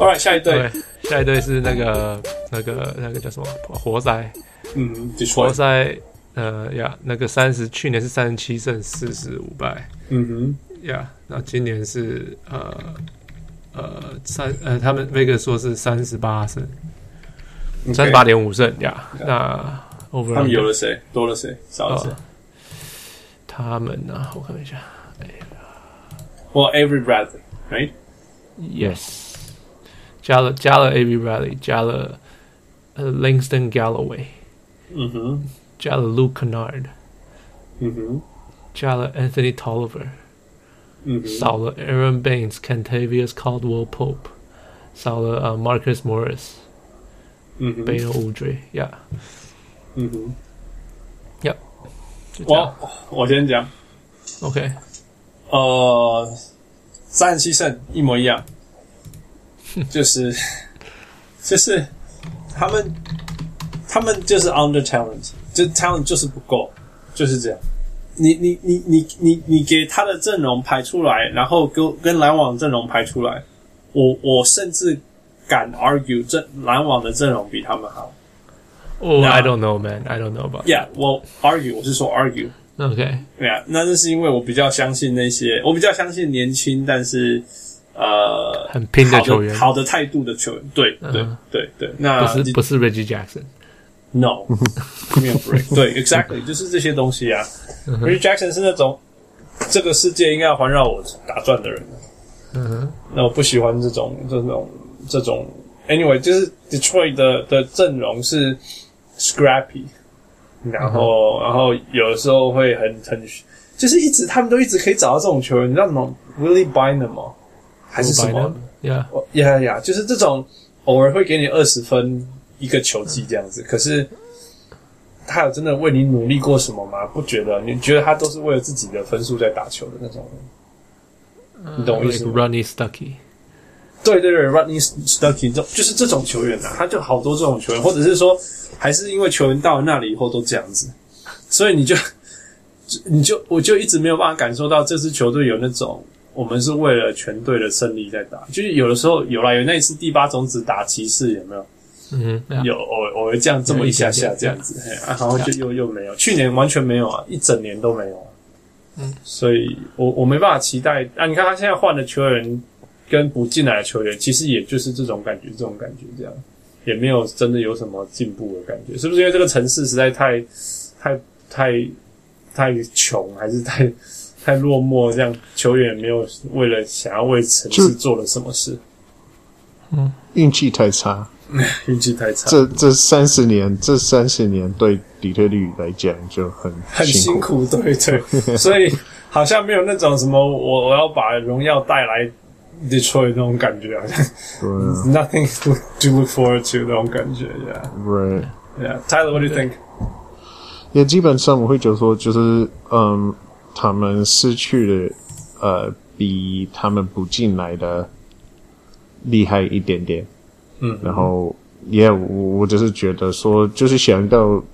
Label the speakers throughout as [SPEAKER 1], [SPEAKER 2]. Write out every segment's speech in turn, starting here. [SPEAKER 1] right，下一队
[SPEAKER 2] 对，下一队是那个那个那个叫什么活塞，
[SPEAKER 1] 嗯
[SPEAKER 2] 活
[SPEAKER 1] ，Detroit，
[SPEAKER 2] 塞，呃呀，那个三十去年是三十七胜四十五败，
[SPEAKER 1] 嗯哼，
[SPEAKER 2] 呀，那今年是呃呃三呃，他们 Vegas 说是三十八胜，
[SPEAKER 1] OK
[SPEAKER 2] 三十八，点五胜呀。那 over
[SPEAKER 1] 他们有了谁？多了谁？少了谁
[SPEAKER 2] 呃？他们呢、我看一下
[SPEAKER 1] 哇 Avery Bradley，right？
[SPEAKER 2] ，yes，加了加了 AB Bradley，加了呃 Langston Galloway，
[SPEAKER 1] 嗯哼，
[SPEAKER 2] 加了 Luke Kennard，
[SPEAKER 1] 嗯哼，
[SPEAKER 2] 加了 Anthony Tolliver，
[SPEAKER 1] 嗯哼，
[SPEAKER 2] 少了 Aaron Baines，Cantavius Caldwell Pope，少了呃 Marcus Morris，
[SPEAKER 1] 嗯哼，
[SPEAKER 2] 贝尔乌追呀，
[SPEAKER 1] 嗯哼，
[SPEAKER 2] 就这样
[SPEAKER 1] 我我先讲，
[SPEAKER 2] ，OK，
[SPEAKER 1] 呃，三十七胜一模一样，就是 就是他们他们就是 under talent，就 talent 就是不够，就是这样。你你你你你你给他的阵容排出来，然后跟跟篮网阵容排出来，我我甚至敢 argue 这篮网的阵容比他们好。
[SPEAKER 2] 哦、
[SPEAKER 1] 那
[SPEAKER 2] Oh, i don't know man，I don't know about，
[SPEAKER 1] Yeah，我 argue 我是说 argue，
[SPEAKER 2] OK，
[SPEAKER 1] 对啊，那这是因为我比较相信那些，我比较相信年轻，但是呃，
[SPEAKER 2] 很拼的
[SPEAKER 1] 好
[SPEAKER 2] 球员，
[SPEAKER 1] 好的态度的球员，对
[SPEAKER 2] 嗯
[SPEAKER 1] 对对对，那
[SPEAKER 2] 不是
[SPEAKER 1] 你
[SPEAKER 2] 不是 Reggie Jackson，
[SPEAKER 1] no，没有 break，对，exactly，就是这些东西啊。
[SPEAKER 2] 嗯哼
[SPEAKER 1] Reggie Jackson 是那种这个世界应该要环绕我打转的人，
[SPEAKER 2] 嗯哼，
[SPEAKER 1] 那我不喜欢这种这种这种。Anyway，就是 Detroit 的的阵容是 scrappy，然
[SPEAKER 2] 嗯
[SPEAKER 1] 后、然后有的时候会很很，就是一直他们都一直可以找到这种球员，你知道什么 Willie Bynum 吗？还是什么？
[SPEAKER 2] 呀
[SPEAKER 1] 哦呀呀，就是这种偶尔会给你二十分一个球技这样子，可是他有真的为你努力过什么吗？不觉得？你觉得他都是为了自己的分数在打球的那种人？你懂我意思吗
[SPEAKER 2] r u n n y Stucky，
[SPEAKER 1] 对对对，Rodney Stuckey 这种就是这种球员啊，他就好多这种球员，或者是说，还是因为球员到了那里以后都这样子，所以你就你就我就一直没有办法感受到这支球队有那种我们是为了全队的胜利在打，就是有的时候有啦，有那一次第八种子打骑士有没有？
[SPEAKER 2] 嗯 哼，
[SPEAKER 1] 有偶尔偶尔这样这么一下下这样子，嘿啊、然后就又又没有，去年完全没有啊，一整年都没有、啊。
[SPEAKER 2] 嗯，
[SPEAKER 1] 所以我我没办法期待啊！你看他现在换的球员跟不进来的球员，其实也就是这种感觉，这种感觉这样，也没有真的有什么进步的感觉，是不是？因为这个城市实在太太太太穷，还是太太落寞，这样球员也没有为了想要为城市
[SPEAKER 3] 就
[SPEAKER 1] 做了什么事，
[SPEAKER 3] 运气太差。
[SPEAKER 1] 运气太差，
[SPEAKER 3] 这这三十年，这三十年对底特律来讲就很
[SPEAKER 1] 很辛
[SPEAKER 3] 苦。
[SPEAKER 1] 苦，对对，所以好像没有那种什么我我要把荣耀带来 Detroit 那种感觉，好像 nothing to to look forward to 那种感觉，yeah
[SPEAKER 3] 对、啊，
[SPEAKER 1] yeah。Tyler，what do you think？
[SPEAKER 3] 也基本上我会觉得说，就是嗯，他们失去了呃比他们不进来的厉害一点点。
[SPEAKER 1] 嗯，
[SPEAKER 3] 然后也我我只是觉得说，就是想到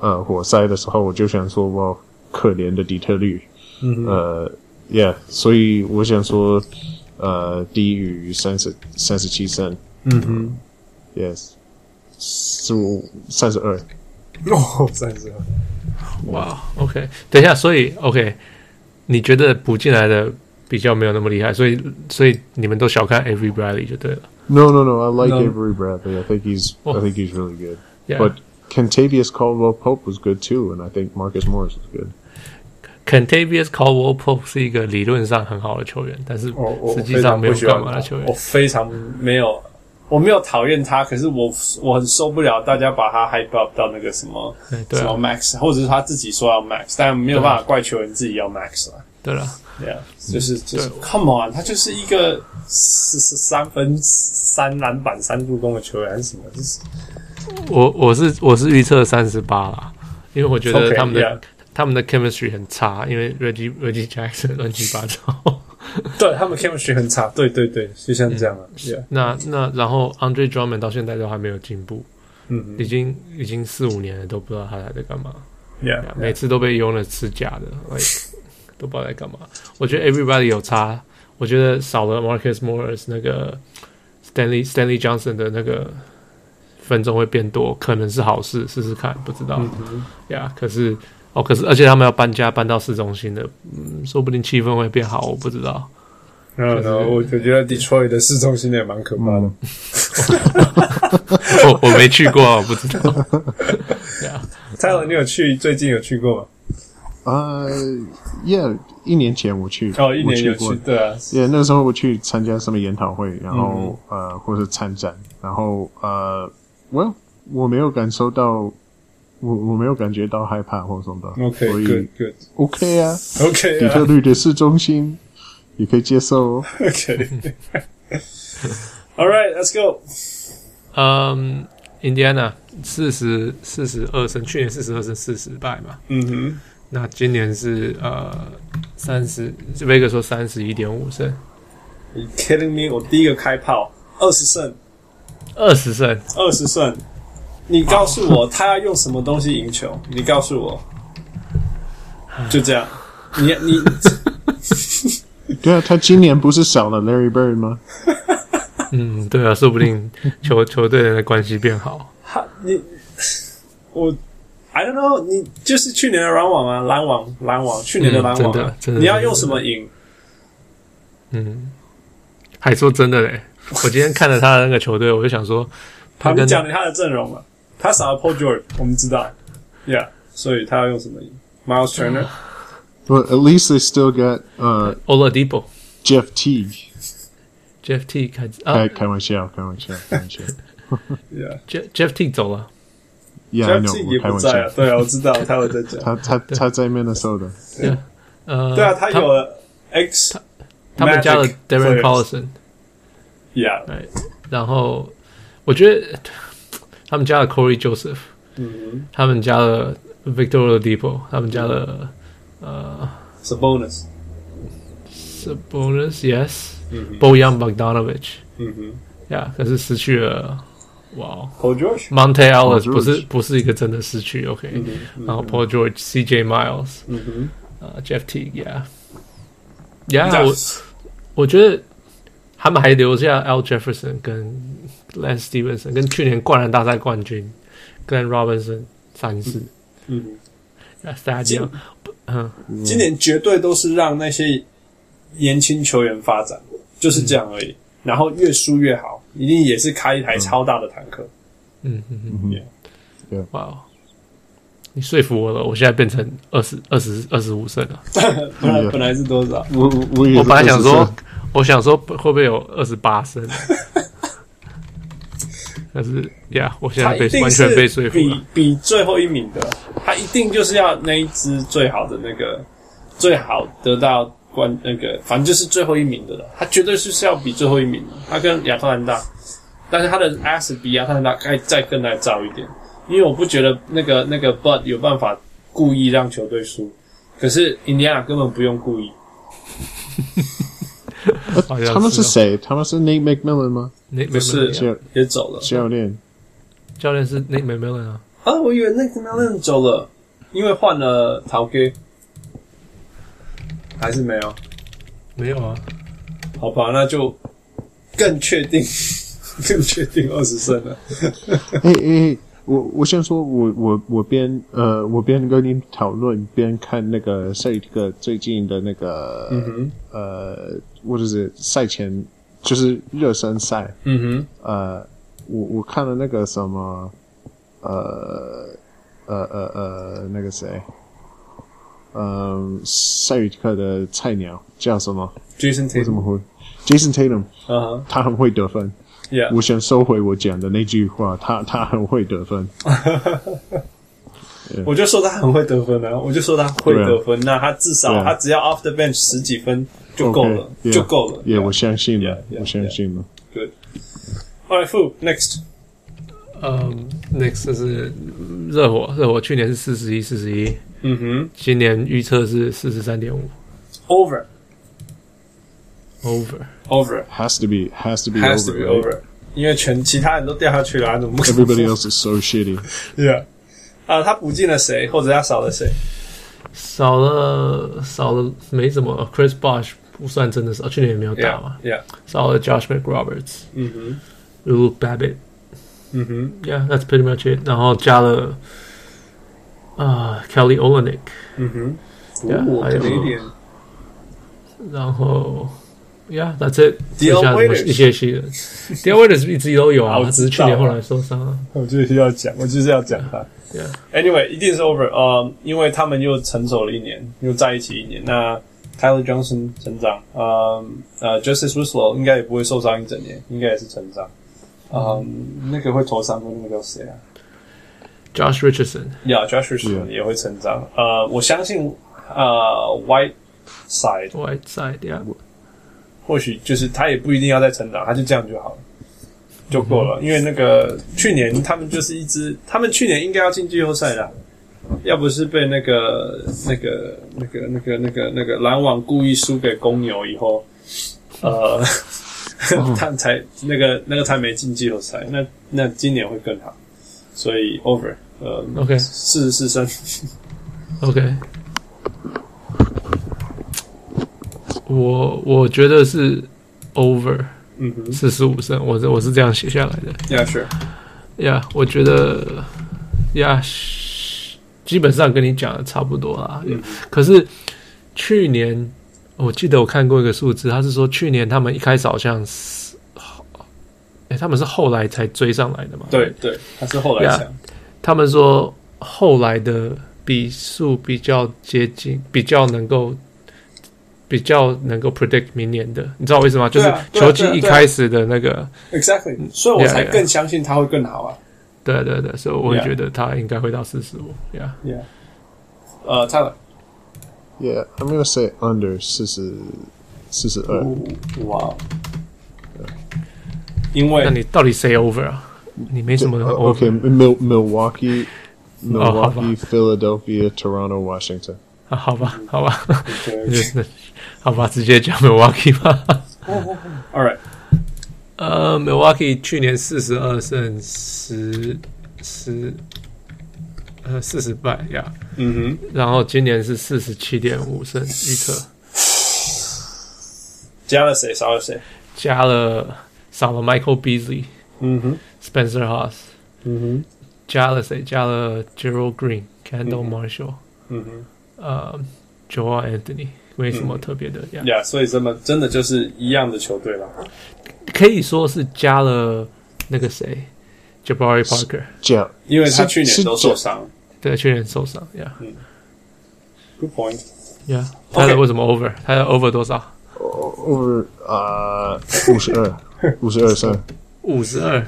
[SPEAKER 3] 呃火灾的时候，我就想说哇，可怜的底特律。
[SPEAKER 1] 嗯哼
[SPEAKER 3] 呃，Yeah，所以我想说，呃，低于三十三十七胜
[SPEAKER 1] 嗯哼，
[SPEAKER 3] ，Yes，是我三十二，
[SPEAKER 1] 哦，三十二，
[SPEAKER 2] 哇，OK，等一下，所以 OK，你觉得补进来的比较没有那么厉害，所以所以你们都小看 Avery Bradley 就对了
[SPEAKER 3] No, no, no. I like
[SPEAKER 1] No.
[SPEAKER 3] Avery Bradley. I think he's
[SPEAKER 2] Oh.
[SPEAKER 3] I think he's really good.
[SPEAKER 2] ，Yeah，
[SPEAKER 3] But Cantavius Caldwell Pope was good too, and I think Marcus Morris was good.
[SPEAKER 2] Cantavius Caldwell Pope 是一个理论上很好的球员，但是
[SPEAKER 1] 我哦我
[SPEAKER 2] 实
[SPEAKER 1] 非
[SPEAKER 2] 际
[SPEAKER 1] 常
[SPEAKER 2] 上没
[SPEAKER 1] 不
[SPEAKER 2] 有
[SPEAKER 1] 喜
[SPEAKER 2] 干
[SPEAKER 1] 欢
[SPEAKER 2] 嘛
[SPEAKER 1] 他
[SPEAKER 2] 的球
[SPEAKER 1] 我
[SPEAKER 2] 员。
[SPEAKER 1] 非常没有，我没有讨厌他，可是我我很受不了大家把他 hype up 到那个什么
[SPEAKER 2] 哎对
[SPEAKER 1] 什么
[SPEAKER 2] 啊，
[SPEAKER 1] max，或者是他自己说要 max，但没有办法怪球员自己要 max 啦。
[SPEAKER 2] 对了，
[SPEAKER 1] 对啊，
[SPEAKER 3] 嗯
[SPEAKER 1] 就是就是
[SPEAKER 2] 对
[SPEAKER 1] ，Come on，他就是一个是是三分三篮板三助攻的球员，还是什么？就是
[SPEAKER 2] 我我是我是预测三十八啦，因为我觉得
[SPEAKER 1] OK，
[SPEAKER 2] 他们的
[SPEAKER 1] yeah
[SPEAKER 2] 他们的 chemistry 很差，因为 Reggie Reggie Jackson 乱七八糟。
[SPEAKER 1] 对他们 chemistry 很差，对对对，就像这样啊。Yeah，
[SPEAKER 2] 那那然后 Andre Drummond 到现在都还没有进步，
[SPEAKER 1] 嗯
[SPEAKER 2] 已经已经四五年了，都不知道他在干嘛。
[SPEAKER 1] ，Yeah，
[SPEAKER 2] 每次都被用了吃假的，like 都不知道在干嘛。我觉得 everybody 有差，我觉得少了 Marcus Morris 那个 Stanley Stanley Johnson 的那个分钟会变多，可能是好事，试试看，不知道。呀、可是哦，可是而且他们要搬家搬到市中心的，嗯，说不定气氛会变好，我不知道。
[SPEAKER 1] 然后我我觉得 Detroit 的市中心也蛮可怕的。
[SPEAKER 3] 嗯
[SPEAKER 2] 我我没去过，啊我不知道。
[SPEAKER 1] Tyler，你有去最近有去过吗？
[SPEAKER 3] 啊、yeah，一年前我去，
[SPEAKER 1] 哦，一年有
[SPEAKER 3] 我去过
[SPEAKER 1] 去，对啊，
[SPEAKER 3] 也、那时候我去参加什么研讨会，然后、呃，或是参展，然后呃，我我没有感受到，我我没有感觉到害怕或什么的
[SPEAKER 1] OK，
[SPEAKER 3] 所
[SPEAKER 1] good
[SPEAKER 3] 以
[SPEAKER 1] good。
[SPEAKER 3] OK 啊，
[SPEAKER 1] OK
[SPEAKER 3] 底特
[SPEAKER 1] 啊
[SPEAKER 3] 律的市中心也可以接受 哦。
[SPEAKER 1] ，OK。All right, let's go.
[SPEAKER 2] 嗯，Indiana 四十四十二胜，去年四十二胜四十败嘛，
[SPEAKER 1] 嗯哼，
[SPEAKER 2] 那今年是呃三十，这边一个说三十一点五胜，
[SPEAKER 1] 你 kidding me？我第一个开炮，二十胜，
[SPEAKER 2] 二十胜，
[SPEAKER 1] 二十胜。你告诉我他要用什么东西赢球？你告诉我，就这样。你你
[SPEAKER 3] 对啊，他今年不是少了 Larry Bird 吗？
[SPEAKER 2] 嗯，对啊，说不定 球球队的关系变好。
[SPEAKER 1] 他你我，I don't know，你就是去年的篮网啊，篮网篮网，去年的篮网、
[SPEAKER 2] 嗯真
[SPEAKER 1] 啊
[SPEAKER 2] 的真的
[SPEAKER 1] 你要用什么赢？
[SPEAKER 2] 嗯，还说真的嘞，我今天看了他的那个球队，我就想说，他
[SPEAKER 1] 他
[SPEAKER 2] 跟
[SPEAKER 1] 们讲了他的阵容了，他少了 Paul George，我们知道，Yeah，所以他要用什么赢？Miles Turner，
[SPEAKER 3] Well, at least they still got uh,
[SPEAKER 2] Oladipo、
[SPEAKER 3] Jeff Teague.
[SPEAKER 2] Jeff T 开始啊
[SPEAKER 3] 开开玩笑，开玩笑，开玩笑。
[SPEAKER 1] Yeah，
[SPEAKER 2] ，Jeff Jeff T 走了，
[SPEAKER 3] Yeah,
[SPEAKER 1] 他
[SPEAKER 3] I
[SPEAKER 1] 自己
[SPEAKER 3] know，我
[SPEAKER 1] 也
[SPEAKER 3] 开
[SPEAKER 1] 不
[SPEAKER 3] 玩
[SPEAKER 1] 在啊
[SPEAKER 3] 笑。，
[SPEAKER 1] 对啊，我知道他有在讲，
[SPEAKER 3] 他他他在 Minnesota。
[SPEAKER 2] 呃，
[SPEAKER 1] 对啊，他有了 X，
[SPEAKER 2] 他们加了
[SPEAKER 1] Magic
[SPEAKER 2] Darren
[SPEAKER 1] players
[SPEAKER 2] Collison，
[SPEAKER 1] Yeah，
[SPEAKER 2] 然后我觉得他们加了 Corey Joseph，
[SPEAKER 1] 嗯
[SPEAKER 2] 他们加了 Victor Oladipo，他们加了呃
[SPEAKER 1] ，It's a bonus，
[SPEAKER 2] Sabonis yes，
[SPEAKER 1] 嗯哼
[SPEAKER 2] Bojan Bogdanovic，
[SPEAKER 1] 嗯哼
[SPEAKER 2] 呀，可是失去了哇哦
[SPEAKER 1] ，Paul George，
[SPEAKER 2] Monte Ellis
[SPEAKER 3] George
[SPEAKER 2] 不是不是一个真的失去，OK，
[SPEAKER 1] 嗯
[SPEAKER 2] 然后 Paul George、CJ Miles、
[SPEAKER 1] 嗯哼
[SPEAKER 2] 呃 Jeff Teague，yeah，yeah，
[SPEAKER 1] 这
[SPEAKER 2] 我
[SPEAKER 1] 样
[SPEAKER 2] 我觉得他们还留下 Al Jefferson 跟 Lance Stevenson 跟去年灌篮大赛冠军 Glen Robinson 三四，
[SPEAKER 1] 嗯哼。
[SPEAKER 2] 啊，大家
[SPEAKER 1] 今
[SPEAKER 2] 讲，嗯，
[SPEAKER 1] 今年绝对都是让那些年轻球员发展，就是这样而已。然后越输越好，一定也是开一台超大的坦克。
[SPEAKER 2] 嗯嗯嗯
[SPEAKER 1] Yeah
[SPEAKER 2] 嗯
[SPEAKER 3] 对，
[SPEAKER 2] 哇哦，你说服我了，我现在变成二十二十二十五胜了。
[SPEAKER 1] 本来本来是多少？
[SPEAKER 3] 我我我也是
[SPEAKER 2] 我本来想说
[SPEAKER 3] 24，
[SPEAKER 2] 我想说会不会有二十八胜， 但是呀，我现
[SPEAKER 1] 他
[SPEAKER 2] 在
[SPEAKER 1] 一
[SPEAKER 2] 被
[SPEAKER 1] 定
[SPEAKER 2] 完
[SPEAKER 1] 是
[SPEAKER 2] 全被说服
[SPEAKER 1] 比
[SPEAKER 2] 了。
[SPEAKER 1] 比最后一名的，他一定就是要那一支最好的那个，最好得到冠那个，反正就是最后一名的了。他绝对是要比最后一名的。他跟亚特兰大，但是他的 S 比亚特兰大该再更来造一点，因为我不觉得那个那个 Bud 有办法故意让球队输，可是印第安纳根本不用故意。
[SPEAKER 2] 好像
[SPEAKER 3] 他们是
[SPEAKER 2] 哦？
[SPEAKER 3] 谁？他们是 Nate McMillan 吗？
[SPEAKER 2] 那
[SPEAKER 1] 不是
[SPEAKER 2] 啊
[SPEAKER 3] 教
[SPEAKER 1] 也走了
[SPEAKER 3] 教练
[SPEAKER 2] 教练是 Nate McMillan 啊？
[SPEAKER 1] 啊！我以为那个 Melon 走了，因为换了陶哥，还是没有。
[SPEAKER 2] 没有啊，
[SPEAKER 1] 好吧，那就更确定， 更确定二十胜了。
[SPEAKER 3] 哎哎，哎我我先说，我我我边呃，我边跟你讨论，边看那个赛个最近的那个、
[SPEAKER 1] 哼，
[SPEAKER 3] 呃，或者是赛前就是热身赛，
[SPEAKER 1] 嗯
[SPEAKER 3] 呃，我我看了那个什么，呃呃呃呃，那个谁，嗯、赛宇克的菜鸟叫什么？
[SPEAKER 1] 哼，Jason
[SPEAKER 3] 为什
[SPEAKER 1] Tatum，
[SPEAKER 3] 么会？Jason Tatum，
[SPEAKER 1] 啊
[SPEAKER 3] 他很会得分。
[SPEAKER 1] ，Yeah，
[SPEAKER 3] 我想收回我讲的那句话，他他很会得分。
[SPEAKER 1] 我就说他很会得分啊，我就说他会得分，那他至少
[SPEAKER 3] 对啊
[SPEAKER 1] 他只要 off the bench 十几分就够了
[SPEAKER 3] OK，yeah，
[SPEAKER 1] 就够了。
[SPEAKER 3] 也、我相信了
[SPEAKER 1] Yeah，yeah，
[SPEAKER 3] 我相信了。
[SPEAKER 1] All right, Fu, next，呃
[SPEAKER 2] 嗯，Next 就是热火，热火去年是四十一四十一，
[SPEAKER 1] 嗯哼
[SPEAKER 2] 今年预测是四十三点五
[SPEAKER 1] ，Over。
[SPEAKER 2] over。
[SPEAKER 1] Over
[SPEAKER 3] Has to be, has to be
[SPEAKER 1] has to be
[SPEAKER 3] over. right?
[SPEAKER 1] over，因为全其他人都掉下去了，他怎么
[SPEAKER 3] Everybody else is so shitty.
[SPEAKER 1] yeah 啊？他补进了谁，或者他少了谁？
[SPEAKER 2] 少了少了没什么，Chris Bosh 不算真的是，哦，去年也没有打嘛。
[SPEAKER 1] Yeah.
[SPEAKER 2] 少了 Josh McRoberts、
[SPEAKER 1] 嗯
[SPEAKER 2] Lou Babbitt。
[SPEAKER 1] 哼，嗯哼，
[SPEAKER 2] Yeah, that's pretty much it. 然后加了啊、Kelly Olynyk，
[SPEAKER 1] 嗯哼。
[SPEAKER 2] Yeah，
[SPEAKER 1] 哦，
[SPEAKER 2] 还
[SPEAKER 1] 有
[SPEAKER 2] 有
[SPEAKER 1] 一点
[SPEAKER 2] 然后 Yeah, that's it.
[SPEAKER 1] Dion
[SPEAKER 2] 剩下什么
[SPEAKER 1] Waiters
[SPEAKER 2] 一些新人 d i a w a i t e r 一直都有
[SPEAKER 1] 啊
[SPEAKER 2] 啊，
[SPEAKER 1] 我
[SPEAKER 2] 他只是
[SPEAKER 1] 知
[SPEAKER 2] 去
[SPEAKER 1] 道啊
[SPEAKER 2] 年后来受伤啊。
[SPEAKER 1] 我就是要讲，我就是要讲他。
[SPEAKER 2] Yeah.
[SPEAKER 1] Anyway，一定是 over 啊、因为他们又成熟了一年，又在一起一年。那 Tyler Johnson 成长，嗯呃，Justice Winslow 应该也不会受伤一整年，应该也是成长。嗯，那个会投三分那个叫谁啊
[SPEAKER 2] Josh Richardson，
[SPEAKER 1] ？Yeah，Josh Richardson
[SPEAKER 3] Yeah
[SPEAKER 1] 也会成长。呃，我相信呃，White Side
[SPEAKER 2] White Side yeah，
[SPEAKER 1] 或许就是他也不一定要再成长，他就这样就好了，就够
[SPEAKER 2] 嗯
[SPEAKER 1] 了。因为那个去年他们就是一支，他们去年应该要进季后赛的啊，要不是被那个那个那个那个那个那个篮网故意输给公牛以后，呃，
[SPEAKER 2] 嗯
[SPEAKER 1] 他们才那个那个才没进季后赛。那那今年会更好，所以 over 呃
[SPEAKER 2] OK
[SPEAKER 1] 四十四胜
[SPEAKER 2] OK，我我觉得是 over
[SPEAKER 1] 嗯哼
[SPEAKER 2] 四十五胜，我是我是这样写下来的。
[SPEAKER 1] ，Yeah sure，
[SPEAKER 2] 呀，我觉得呀，基本上跟你讲的差不多啦。
[SPEAKER 1] 嗯
[SPEAKER 2] 可是去年我记得我看过一个数字，他是说去年他们一开始好像是，哎、他们是后来才追上来的嘛？
[SPEAKER 1] 对，对，他是后来
[SPEAKER 2] Yeah
[SPEAKER 1] 想
[SPEAKER 2] 他们说后来的比数比较接近，比较能够。比较能够 predict 明年的，你知道为什么吗？就
[SPEAKER 1] 对
[SPEAKER 2] 是
[SPEAKER 1] 啊对啊
[SPEAKER 2] 球季
[SPEAKER 1] 对啊
[SPEAKER 2] 一
[SPEAKER 1] 对啊
[SPEAKER 2] 开始的那个，
[SPEAKER 1] exactly，所以我
[SPEAKER 2] Yeah，
[SPEAKER 1] 才
[SPEAKER 2] yeah
[SPEAKER 1] 更相信他会更好啊。
[SPEAKER 2] 对对对，所以我会
[SPEAKER 1] Yeah
[SPEAKER 2] 觉得他应该会到四十五，Yeah。
[SPEAKER 1] Yeah，呃，Tyler。
[SPEAKER 3] Yeah, I'm gonna say under 40, 42.
[SPEAKER 1] 哇！因为
[SPEAKER 2] 那你到底谁 over 啊？你没什么
[SPEAKER 1] 呃
[SPEAKER 3] Uh,
[SPEAKER 2] over
[SPEAKER 3] okay, Uh-huh. Mil- Milwaukee,
[SPEAKER 2] how
[SPEAKER 3] Milwaukee, Philadelphia, Toronto, Washington.
[SPEAKER 2] 啊好吧，好吧，
[SPEAKER 1] 对
[SPEAKER 2] 就是好吧，直接讲 Milwaukee 吧。
[SPEAKER 1] ，All right，
[SPEAKER 2] 呃，Milwaukee 去年四十二胜十十呃四十败呀
[SPEAKER 1] 嗯哼，
[SPEAKER 2] 然后今年是四十七点五胜预测，
[SPEAKER 1] 加了谁少了谁？
[SPEAKER 2] 加了少了 Michael Beasley、
[SPEAKER 1] 嗯哼，
[SPEAKER 2] Spencer Haas，
[SPEAKER 1] 嗯
[SPEAKER 2] 加了谁？加了 Gerald Green、Kendall
[SPEAKER 1] 嗯
[SPEAKER 2] Marshall，
[SPEAKER 1] 哼，嗯
[SPEAKER 2] 呃，Joel Anthony，没什么特别的呀
[SPEAKER 1] 哼，。呀，所以这么真的就是一样的球队了。
[SPEAKER 2] 可以说是加了那个谁，Jabari Parker，
[SPEAKER 3] Yeah,
[SPEAKER 1] 因为他
[SPEAKER 3] 是
[SPEAKER 1] 去年都
[SPEAKER 3] 是
[SPEAKER 1] 受伤
[SPEAKER 2] 对，去年受伤，Yeah
[SPEAKER 1] 嗯，Good point。
[SPEAKER 2] Yeah，他的
[SPEAKER 1] OK
[SPEAKER 2] 为什么 over？他的 over 多少？
[SPEAKER 3] o- over uh, 52, 52胜。
[SPEAKER 2] 五十二。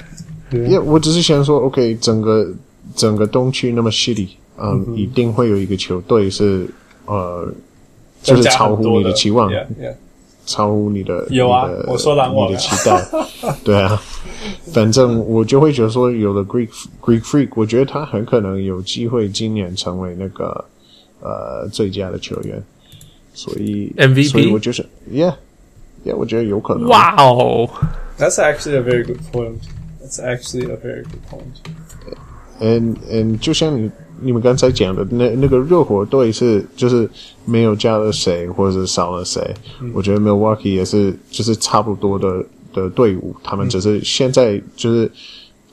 [SPEAKER 3] Yeah，我只是想说，OK，整个整个东区那么 shitty，嗯，一定会有一个球队是呃，就
[SPEAKER 1] 增
[SPEAKER 3] 是
[SPEAKER 1] 加
[SPEAKER 3] 超
[SPEAKER 1] 很
[SPEAKER 3] 乎
[SPEAKER 1] 多
[SPEAKER 3] 你的期望，
[SPEAKER 1] Yeah, yeah
[SPEAKER 3] 超乎你的
[SPEAKER 1] 有啊
[SPEAKER 3] 你的
[SPEAKER 1] 我说篮网啊
[SPEAKER 3] 你的期 待，对啊。反正我就会觉得说，有了 Greek Greek Freak，我觉得他很可能有机会今年成为那个呃最佳的球员，所以
[SPEAKER 2] MVP
[SPEAKER 3] 所以我就是 Yeah Yeah，我觉得有可能。啊
[SPEAKER 2] 哇哦，
[SPEAKER 1] That's actually a very good point. That's actually a very good point.
[SPEAKER 3] 嗯嗯，就像你你们刚才讲的，那那个热火队是就是没有加了谁，或者是少了谁，
[SPEAKER 1] 嗯
[SPEAKER 3] 我觉得 Milwaukee 也是就是差不多的的队伍，他们只是现在就是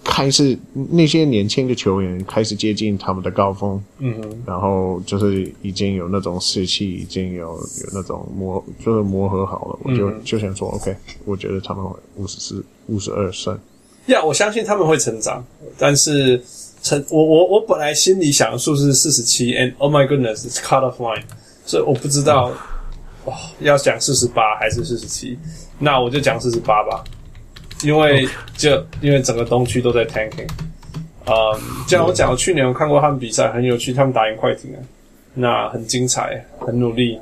[SPEAKER 3] 开始那些年轻的球员开始接近他们的高峰，
[SPEAKER 1] 嗯哼，
[SPEAKER 3] 然后就是已经有那种士气，已经有有那种磨就是磨合好了，我就、
[SPEAKER 1] 嗯
[SPEAKER 3] 就想说 OK，我觉得他们五十四五十二胜，
[SPEAKER 1] 呀，我相信他们会成长，但是成我我我本来心里想的数是四十七，and oh my goodness，it's cut off line，所以我不知道哇要讲四十八还是四十七，那我就讲四十八吧，因为就因为整个东区都在 tanking，呃，就像我讲，我去年我看过他们比赛，很有趣，他们打赢快艇啊，那很精彩，很努力。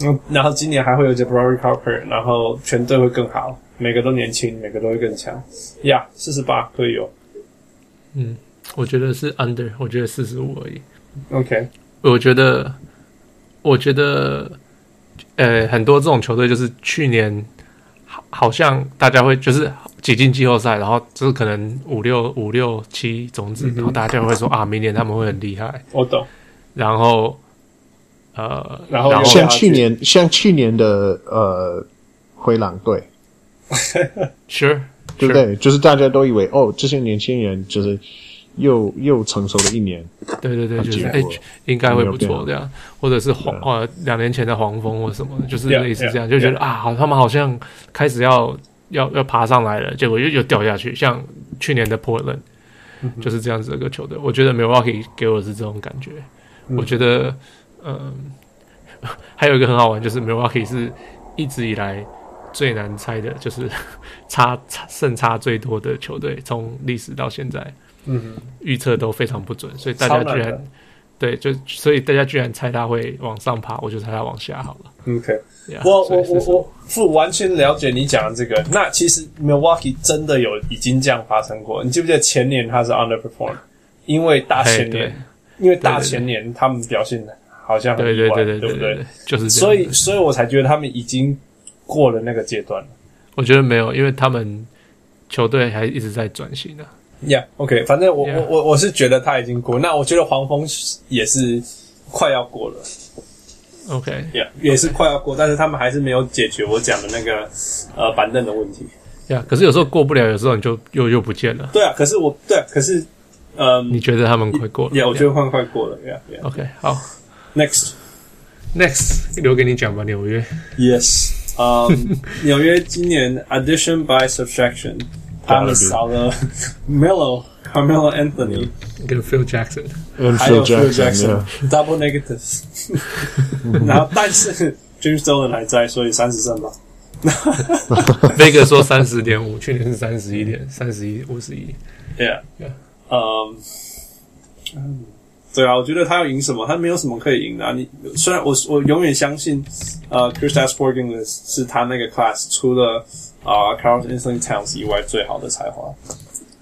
[SPEAKER 1] 嗯，然后今年还会有 Jabari Parker，然后全队会更好，每个都年轻，每个都会更强。呀，四十八可以有。
[SPEAKER 2] 我觉得是 under，我觉得四十五而已。
[SPEAKER 1] OK，
[SPEAKER 2] 我觉得，我觉得，呃，很多这种球队就是去年好好像大家会就是挤进季后赛，然后就是可能五六五六
[SPEAKER 3] 嗯
[SPEAKER 2] 七种子，然后大家就会说啊，明年他们会很厉害。
[SPEAKER 1] 我懂。
[SPEAKER 2] 然后呃，
[SPEAKER 1] 然后又
[SPEAKER 3] 像去年像去年的呃灰狼队，
[SPEAKER 2] sure
[SPEAKER 3] 对
[SPEAKER 2] sure，
[SPEAKER 3] 不对？就是大家都以为哦，这些年轻人就是又又成熟了一年，
[SPEAKER 2] 对对对，
[SPEAKER 3] 很
[SPEAKER 2] 就是
[SPEAKER 3] 结
[SPEAKER 2] 哎
[SPEAKER 3] 果，
[SPEAKER 2] 应该会不
[SPEAKER 3] 没有
[SPEAKER 2] 错
[SPEAKER 3] 变
[SPEAKER 2] 这样，或者是黄呃两年前的黄蜂或什么的，就是
[SPEAKER 1] Yeah,
[SPEAKER 2] 类似这样
[SPEAKER 1] yeah,
[SPEAKER 2] 就觉得啊，好他们好像开始要要要爬上来了，结果又又掉下去，像去年的 Portland 就是这样子的一个球队，我觉得 Milwaukee 给我是这种感觉，我觉得嗯， 还有一个很好玩就是 Milwaukee 是一直以来最难猜的，就是 差差胜差最多的球队，从历史到现在。
[SPEAKER 1] 嗯
[SPEAKER 2] 预测都非常不准，所以
[SPEAKER 1] 哼，
[SPEAKER 2] 大
[SPEAKER 1] 超
[SPEAKER 2] 家
[SPEAKER 1] 难
[SPEAKER 2] 居然
[SPEAKER 1] 的。
[SPEAKER 2] 对，就所以大家居然猜他会往上爬，我就猜他往下好了。
[SPEAKER 1] OK，
[SPEAKER 2] Yeah,
[SPEAKER 1] 我我
[SPEAKER 2] 所以是
[SPEAKER 1] 我我不完全了解你讲的这个。那其实 Milwaukee 真的有已经这样发生过。你记不记得前年他是 underperform，因为大前
[SPEAKER 2] 嘿对
[SPEAKER 1] 年，因为大前年他们表现好像很
[SPEAKER 2] 对
[SPEAKER 1] 意
[SPEAKER 2] 对
[SPEAKER 1] 外，
[SPEAKER 2] 对对
[SPEAKER 1] 不
[SPEAKER 2] 对
[SPEAKER 1] 对？
[SPEAKER 2] 对，就是这
[SPEAKER 1] 所
[SPEAKER 2] 样。
[SPEAKER 1] 以，所以我才觉得他们已经过了那个阶段了。
[SPEAKER 2] 我觉得没有，因为他们球队还一直在转型啊。
[SPEAKER 1] Yeah，OK，、反正我
[SPEAKER 2] Yeah
[SPEAKER 1] 我我我是觉得他已经过。那我觉得黄蜂也是快要过了
[SPEAKER 2] OK，
[SPEAKER 1] ，Yeah，也是快要过，但是他们还是没有解决我讲的那个呃板凳的问题。
[SPEAKER 2] 呀、可是有时候过不了，有时候你就又又不见了。
[SPEAKER 1] 对啊，可是我对、啊，可是嗯
[SPEAKER 2] 你，Oh 觉得他们快过了？
[SPEAKER 1] 也、我觉得快快过了，Yeah，Yeah。
[SPEAKER 2] OK，好
[SPEAKER 1] Next，Yes，
[SPEAKER 2] ，Next 留给你讲吧，纽约。
[SPEAKER 1] 嗯、 纽约今年 Addition by Subtraction，他们少了 Melo、Carmelo Anthony，
[SPEAKER 2] 跟 Phil Jackson，
[SPEAKER 3] 嗯
[SPEAKER 1] 还有 Phil
[SPEAKER 3] Jackson，
[SPEAKER 1] Jackson，double negatives。然后但是 James Dolan 还在，所以三十胜吧。
[SPEAKER 2] 飞哥说三十点五，去年是三十一点，三十一五十一。
[SPEAKER 1] Yeah，
[SPEAKER 2] Yeah
[SPEAKER 1] 嗯，嗯对啊，我觉得他要赢什么？他没有什么可以赢的、啊。你虽然我我永远相信，呃 c h r i s t a s p o r g i n g 是他那个 class 除了啊、c a r l i n s l i n Towns 以外最好的才华，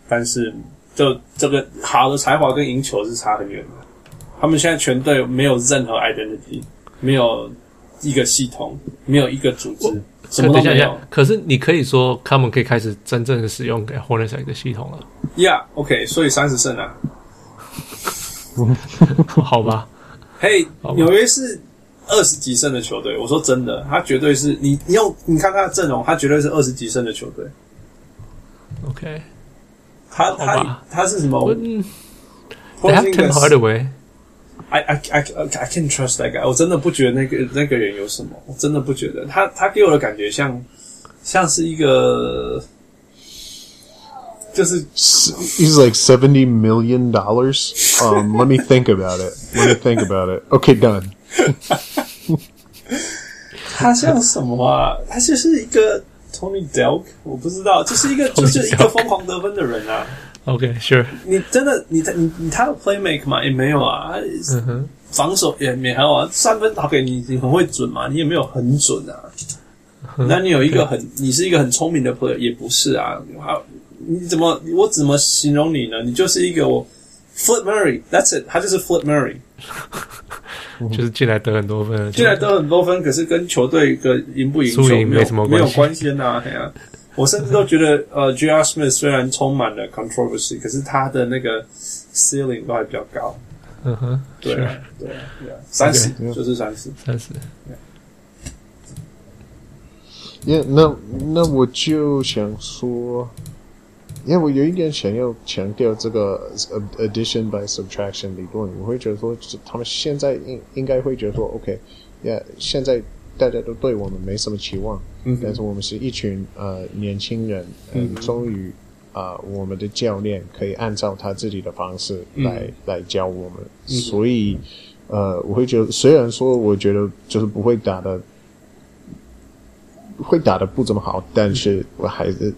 [SPEAKER 1] 但是就这个好的才华跟赢球是差很远的。他们现在全队没有任何 identity，没有一个系统，没有一个组织，什么
[SPEAKER 2] 等
[SPEAKER 1] 都
[SPEAKER 2] 一下，等
[SPEAKER 1] 没
[SPEAKER 2] 一
[SPEAKER 1] 有
[SPEAKER 2] 下。，可是你可以说他们可以开始真正的使用给 Hornets 的系统 了。
[SPEAKER 1] Yeah，OK，、所以三十胜啊。
[SPEAKER 2] 好吧，
[SPEAKER 1] 嘿，
[SPEAKER 2] 好吧
[SPEAKER 1] 纽约是二十几胜的球队，我说真的，他绝对是你你用你看他的阵容，他绝对是二十几胜的球队。
[SPEAKER 2] OK，
[SPEAKER 1] 他
[SPEAKER 2] 好
[SPEAKER 1] 他
[SPEAKER 2] 吧
[SPEAKER 1] 他是什么
[SPEAKER 2] 我 They have Tim
[SPEAKER 1] Porzingis-
[SPEAKER 2] Hardaway.
[SPEAKER 1] I I I I can trust that guy。我真的不觉得那个那个人有什么，我真的不觉得他他给我的感觉像像是一个就是
[SPEAKER 3] He's like seventy million dollars. Um, let me think about it. Let me think about it. Okay, done.
[SPEAKER 1] 他像什么啊？他就是一个 Tony Delk，我不知道，就是一个就是一个
[SPEAKER 2] Delk
[SPEAKER 1] 疯狂得分的人啊。
[SPEAKER 2] OK, sure.
[SPEAKER 1] 你真的你他你你他的 play make 嘛也没有啊，他
[SPEAKER 2] 嗯哼，
[SPEAKER 1] 防守也没很好啊，三分打给你你很会准嘛，你也没有很准啊。那你有一个很你是一个很聪明的 player 也不是啊，啊你怎么我怎么形容你呢？你就是一个我 Flip Murray，that's it，他就是 Flip Murray，
[SPEAKER 2] 就是进来得很多分了。
[SPEAKER 1] 虽然得很多分，可是跟球队的赢不赢球
[SPEAKER 2] 输赢
[SPEAKER 1] 没有
[SPEAKER 2] 没什么
[SPEAKER 1] 没有
[SPEAKER 2] 关系
[SPEAKER 1] 关系的呐、嘿啊。我甚至都觉得，呃，J.R. Smith 虽然充满了 controversy，可是他的那个 ceiling 都还比较高。
[SPEAKER 2] 嗯哼，
[SPEAKER 1] 对啊
[SPEAKER 2] Sure，
[SPEAKER 1] 对啊，对啊，三十
[SPEAKER 3] Okay，yeah
[SPEAKER 1] 就是三十。
[SPEAKER 2] 三十。
[SPEAKER 3] Yeah, 那那我就想说，因为我有一点想要强调这个 ad- addition by subtraction 理论，我会觉得说，就是他们现在应应该会觉得说，OK，yeah, 现在大家都对我们没什么期望，
[SPEAKER 1] 嗯
[SPEAKER 3] 但是我们是一群呃年轻人，嗯、终于啊、我们的教练可以按照他自己的方式来、来教我们，所以呃，我会觉得，虽然说我觉得就是不会打的，会打的不怎么好，但是我还是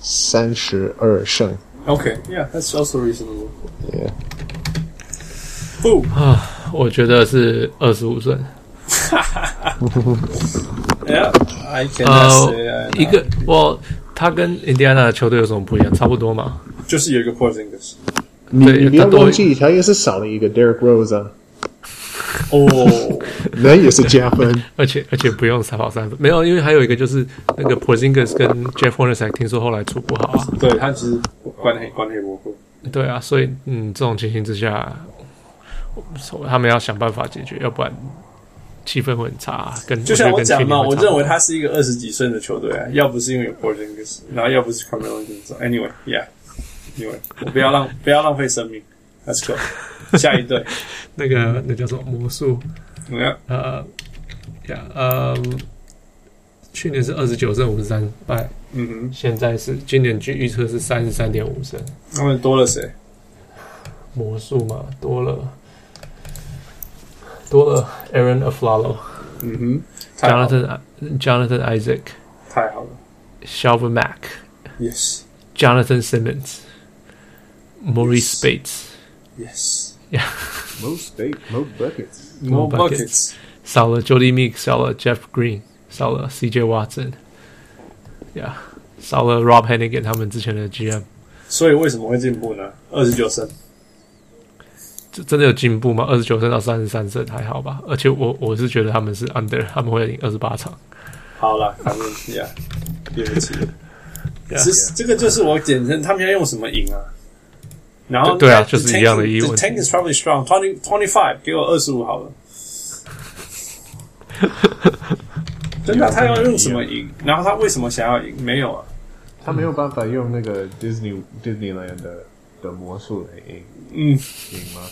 [SPEAKER 3] 三十二胜，
[SPEAKER 1] OK，yeah，that's also reasonable。
[SPEAKER 3] yeah.
[SPEAKER 1] 不，
[SPEAKER 2] 我觉得是二十五胜。
[SPEAKER 1] yeah，I can
[SPEAKER 2] 呃
[SPEAKER 1] say，I，know uh,
[SPEAKER 2] 一个我他跟印第安纳的球队有什么不一样？差不多嘛。
[SPEAKER 1] 就是有一个 Porzingis。
[SPEAKER 3] 你
[SPEAKER 2] 对
[SPEAKER 3] 你不要
[SPEAKER 2] 他多一
[SPEAKER 3] 忘记，他也是少了一个 Derek Rose 啊，
[SPEAKER 1] 哦，
[SPEAKER 3] 那也是加 分。
[SPEAKER 2] 而且而且不用三跑三分，没有，因为还有一个就是那个 Porzingis 跟 Jeff Hornacek 听说后来处不好啊。
[SPEAKER 1] 对他其实关黑关黑模糊。
[SPEAKER 2] 对啊，所以嗯，这种情形之下，我他们要想办法解决，要不然气氛会很差，啊跟
[SPEAKER 1] 就像
[SPEAKER 2] 我
[SPEAKER 1] 我
[SPEAKER 2] 觉得
[SPEAKER 1] 讲
[SPEAKER 2] 跟
[SPEAKER 1] 嘛，
[SPEAKER 2] 去年会
[SPEAKER 1] 我
[SPEAKER 2] 差
[SPEAKER 1] 认为他是一个二十几岁的球队啊，要不是因为有 Porzingis，然后要不是 Carmelo Anthony。Anyway，yeah，anyway，我不要浪不要浪费生命，Let's go，下一队，
[SPEAKER 2] 那个那叫什么魔术，
[SPEAKER 1] 我要
[SPEAKER 2] 呃，呀，呃，去年是二十九胜五十三败，
[SPEAKER 1] 嗯哼，
[SPEAKER 2] 现在是今年据预测是三十三点五胜，
[SPEAKER 1] 他们多了谁？
[SPEAKER 2] 魔术嘛，多了多了 Aaron Aflalo、
[SPEAKER 1] 嗯哼，太好了，
[SPEAKER 2] Jonathan uh, Jonathan Isaac、
[SPEAKER 1] 太好了
[SPEAKER 2] Shelvin Mack、
[SPEAKER 1] ，Yes
[SPEAKER 2] Jonathan Simmons、Maurice
[SPEAKER 1] Yes.
[SPEAKER 2] Bates，
[SPEAKER 1] Yes。
[SPEAKER 3] Mo State, Mo Buckets.
[SPEAKER 1] More
[SPEAKER 2] More
[SPEAKER 1] buckets.
[SPEAKER 2] buckets. 少了 Jody Meek，少了 Jeff Green，少了 CJ Watson，Yeah，少了 Rob Hennigan 他们之前的 GM。
[SPEAKER 1] 所以为什么会进步呢？二十九胜，
[SPEAKER 2] 这真的有进步吗？二十九胜到三十三胜还好吧，而且我我是觉得他们是 under，他们会赢二十八场。
[SPEAKER 1] 好了，反正呀，对不起，
[SPEAKER 2] Yeah.
[SPEAKER 1] 这是这个就是我简称他们要用什么赢啊？然后
[SPEAKER 2] 对对啊
[SPEAKER 1] the
[SPEAKER 2] 就是
[SPEAKER 1] tank-
[SPEAKER 2] 一样的疑问
[SPEAKER 1] the Tank is probably strong. Twenty twenty five，给我二十五好 了。真的，他要用什么赢？然后他为什么想要赢？没有啊，
[SPEAKER 3] 他没有办法用那个 Disney Disneyland 的的魔术来赢赢吗？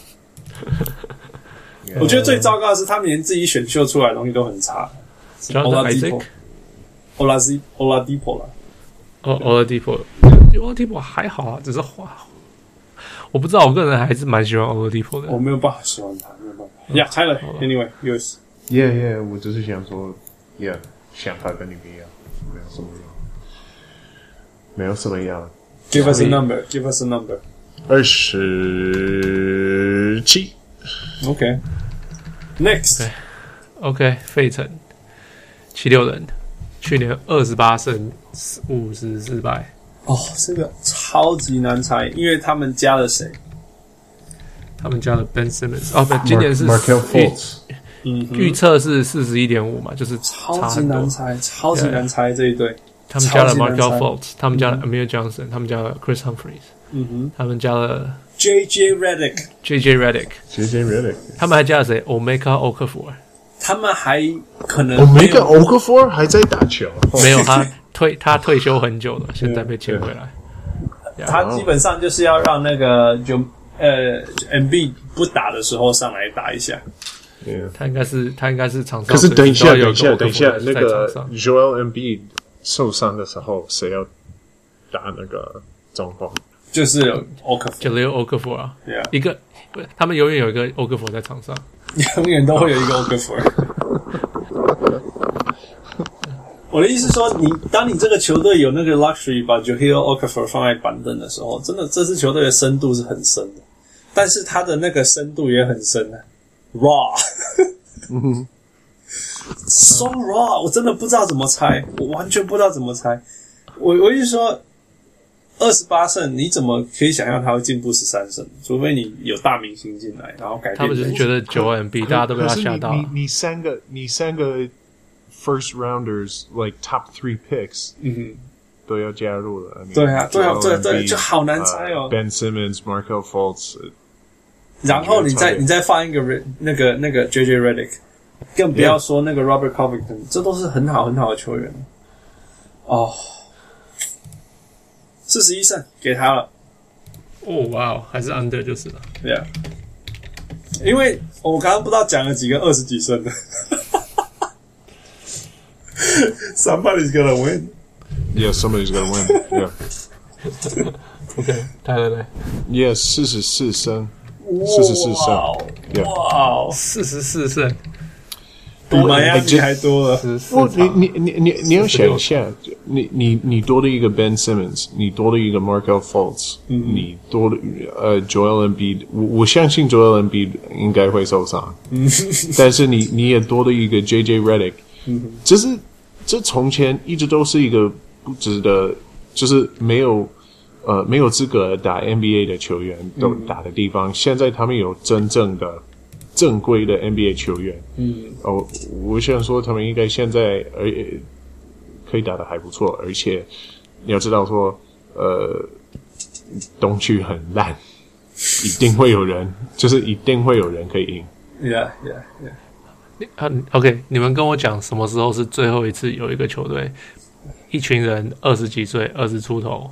[SPEAKER 1] 嗯，我觉得最糟糕的是他们连自己选秀出来的东西都很差。
[SPEAKER 2] Jonathan Isaac，
[SPEAKER 1] Oladipo Oladipo 啦，
[SPEAKER 2] 哦 o l a d i p o o l a d i p o 还好啊，只是花。我不知道，我个人还是蛮喜欢 o l a d i p o 的
[SPEAKER 1] 我。没有办法喜欢他，没有办法。呀，开了
[SPEAKER 2] 好吧
[SPEAKER 1] ，Anyway，又是。
[SPEAKER 3] Yeah, yeah，我只是想说，Yeah，想法跟你们一样，没有什么样，没有什么样。
[SPEAKER 1] Give us a
[SPEAKER 2] Sorry.
[SPEAKER 1] number. Give us a number.
[SPEAKER 3] 二十七，
[SPEAKER 1] Okay. Next.
[SPEAKER 2] Okay. OK，费城七六人，去年二十八胜五十四败，
[SPEAKER 1] 哦，这个超级难猜，因为他们加了谁？
[SPEAKER 2] 他们家的 Ben Simmons 哦，不，今年是
[SPEAKER 3] m a r k e
[SPEAKER 2] 预
[SPEAKER 3] l Fultz，
[SPEAKER 1] 嗯哼，
[SPEAKER 2] 预测是四十一点五嘛，就是
[SPEAKER 1] 超
[SPEAKER 2] 差
[SPEAKER 1] 级
[SPEAKER 2] 很多
[SPEAKER 1] 难。猜，超级难猜这一队。
[SPEAKER 2] 他们加了
[SPEAKER 1] 超级难
[SPEAKER 2] Markel
[SPEAKER 1] 猜
[SPEAKER 2] Fultz，他们加了 Amir Johnson，他们加了 Chris Humphries，
[SPEAKER 1] 嗯哼
[SPEAKER 2] 他们加了
[SPEAKER 1] ，J.J. Redick，
[SPEAKER 2] JJ Redick，
[SPEAKER 3] j j Redick，
[SPEAKER 2] 他们还加了谁？Omeka Okafor，
[SPEAKER 1] 他们还可能
[SPEAKER 3] 我
[SPEAKER 1] 没
[SPEAKER 3] 没
[SPEAKER 1] 有
[SPEAKER 3] 看 o k f o r 还在打球，
[SPEAKER 2] 没有他退他退休很久 了，现在被签回来。
[SPEAKER 1] 他基本上就是要让那个就呃 MB 不打的时候上来打一下。
[SPEAKER 3] Yeah
[SPEAKER 2] 他应该是他应该是场上
[SPEAKER 3] 可是等一下，
[SPEAKER 2] 只要有
[SPEAKER 3] 等一下，
[SPEAKER 2] 个
[SPEAKER 3] 等一下
[SPEAKER 2] Okafor，
[SPEAKER 3] 那个
[SPEAKER 2] 在场上
[SPEAKER 3] Joel Embiid 受伤的时候，谁要打那个中锋？
[SPEAKER 1] 就是有 o k
[SPEAKER 2] j a l e l Okafor 啊，
[SPEAKER 1] Yeah，
[SPEAKER 2] 一个不是他们永远有一个 Okafor 在场上。
[SPEAKER 1] 永远都会有一 个 Okafor。我的意思是说，你当你这个球队有那个 luxury 把 Johil Okafor 放在板凳的时候，真的这支球队的深度是很深的，但是他的那个深度也很深啊，raw。so raw，我真的不知道怎么猜，我完全不知道怎么猜。我我就说，二十八胜，你怎么可以想象他会进步十三胜？除非你有大明星进来，然后改变。
[SPEAKER 2] 他们只是觉得九 M B，大家都被他吓到
[SPEAKER 3] 可
[SPEAKER 2] 了
[SPEAKER 3] 是你。你你三个你三个 first rounders like top three picks
[SPEAKER 1] 嗯哼。
[SPEAKER 3] 都要加入了。I mean,
[SPEAKER 1] 对啊对啊
[SPEAKER 3] Joel
[SPEAKER 1] 对啊对啊
[SPEAKER 3] Embiid，
[SPEAKER 1] Mm-hmm. 就好难猜哦
[SPEAKER 3] 呃 uh, ben Simmons, Markel Fultz，呃
[SPEAKER 1] 然后你再
[SPEAKER 3] 我觉得差点
[SPEAKER 1] 你再放一个 Re- 那个那个 JJ Redick，更不要说那个 Robert Covington，这都是很好很好的球员。哦，四十一胜给他了
[SPEAKER 2] 哦哇，哦，还是 Under 就是了。
[SPEAKER 1] ，Yeah。因为我刚刚不知道讲了几个二十几胜的 ，Somebody's gonna win。
[SPEAKER 3] ，Yeah, somebody's gonna win. Yeah,
[SPEAKER 2] OK，来来来，
[SPEAKER 3] yeah，四十四胜，四十四胜
[SPEAKER 1] 哇哦
[SPEAKER 3] Yeah
[SPEAKER 1] 哇哦，
[SPEAKER 2] 四十四胜，
[SPEAKER 1] 比迈阿
[SPEAKER 3] 哎
[SPEAKER 1] 密
[SPEAKER 3] 这
[SPEAKER 1] 还多了。
[SPEAKER 2] 十
[SPEAKER 3] 不，
[SPEAKER 2] 四
[SPEAKER 3] 你
[SPEAKER 2] 场。
[SPEAKER 3] 你你你你要想一下，你你你多了一个 Ben Simmons，你多了一个 Markel Fultz，、你
[SPEAKER 1] Mm-hmm.
[SPEAKER 3] 多了呃 uh, Joel Embiid，我我相信 Joel Embiid 应该会受伤，但是你你也多了一个 JJ Redick，、这是这从前一直都是一个不值得，就是没有呃没有资格打 NBA 的球员都打的地方，现在他们有真正的正规的 NBA 球员，哦，我想说他们应该现在而呃可以打得还不错，而且你要知道说，呃，东区很烂，一定会有人，就是一定会有人可以赢。
[SPEAKER 1] Yeah, yeah, yeah.
[SPEAKER 2] 啊你，OK，你们跟我讲什么时候是最后一次有一个球队，一群人二十几岁、二十出头，